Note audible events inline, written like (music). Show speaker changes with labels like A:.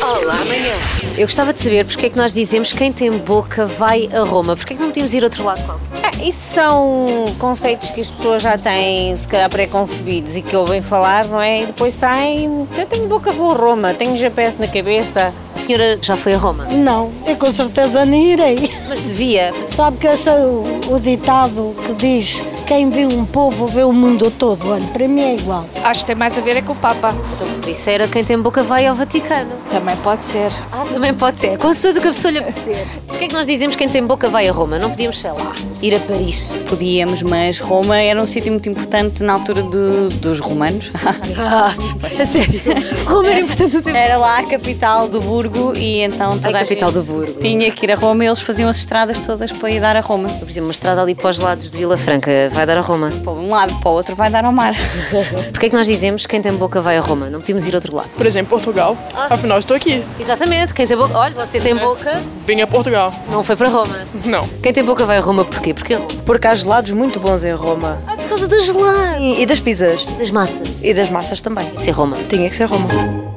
A: Olá, amanhã.
B: Eu gostava de saber porque é que nós dizemos quem tem boca vai a Roma. Porque é que não podíamos ir outro lado qualquer?
C: Ah, isso são conceitos que as pessoas já têm, se calhar, preconcebidos e que ouvem falar, não é? E depois saem. Eu tenho boca, vou a Roma, tenho GPS na cabeça.
B: A senhora já foi a Roma,
D: Não, eu com certeza não irei.
B: mas devia.
D: Sabe que eu sou o, o ditado que diz quem vê um povo vê o mundo todo. Olha, para mim é igual.
E: Acho que tem mais a ver é com o Papa.
B: Então, por isso era quem tem boca vai ao Vaticano.
E: Também pode ser.
B: Ah, também pode ser. Consulta o que a pessoa lhe apetecer. Porque é que nós dizemos quem tem boca vai a Roma? Não podíamos, sei lá, ir a Paris.
F: Podíamos, mas Roma era um sítio muito importante na altura do- dos romanos. (laughs)
B: Ah, A sério? Roma era importante o tempo.
F: era lá a capital do Burgo e então toda
B: Ai,
F: a
B: capital
F: gente
B: do Burgo.
F: tinha que ir a Roma e eles faziam as estradas todas para ir dar a Roma.
B: Por exemplo, uma estrada ali para os lados de Vila Franca vai dar a Roma.
F: Para um lado, para o outro, vai dar ao mar.
B: Porque é que nós dizemos quem tem boca vai a Roma? Não podíamos ir outro lado.
G: Por exemplo, Portugal. Afinal, estou aqui.
B: Exatamente, quem tem boca. Olha, você tem boca,
G: Vim a Portugal.
B: não foi para Roma.
G: Não.
B: Quem tem boca vai a Roma porquê? Porque é Roma. Ah,
H: Porque há gelados muito bons em Roma.
B: Por causa dos lados.
H: E, e das pizzas.
B: Das massas.
H: E das massas também.
B: Isso é Roma.
H: Tinha que ser Roma.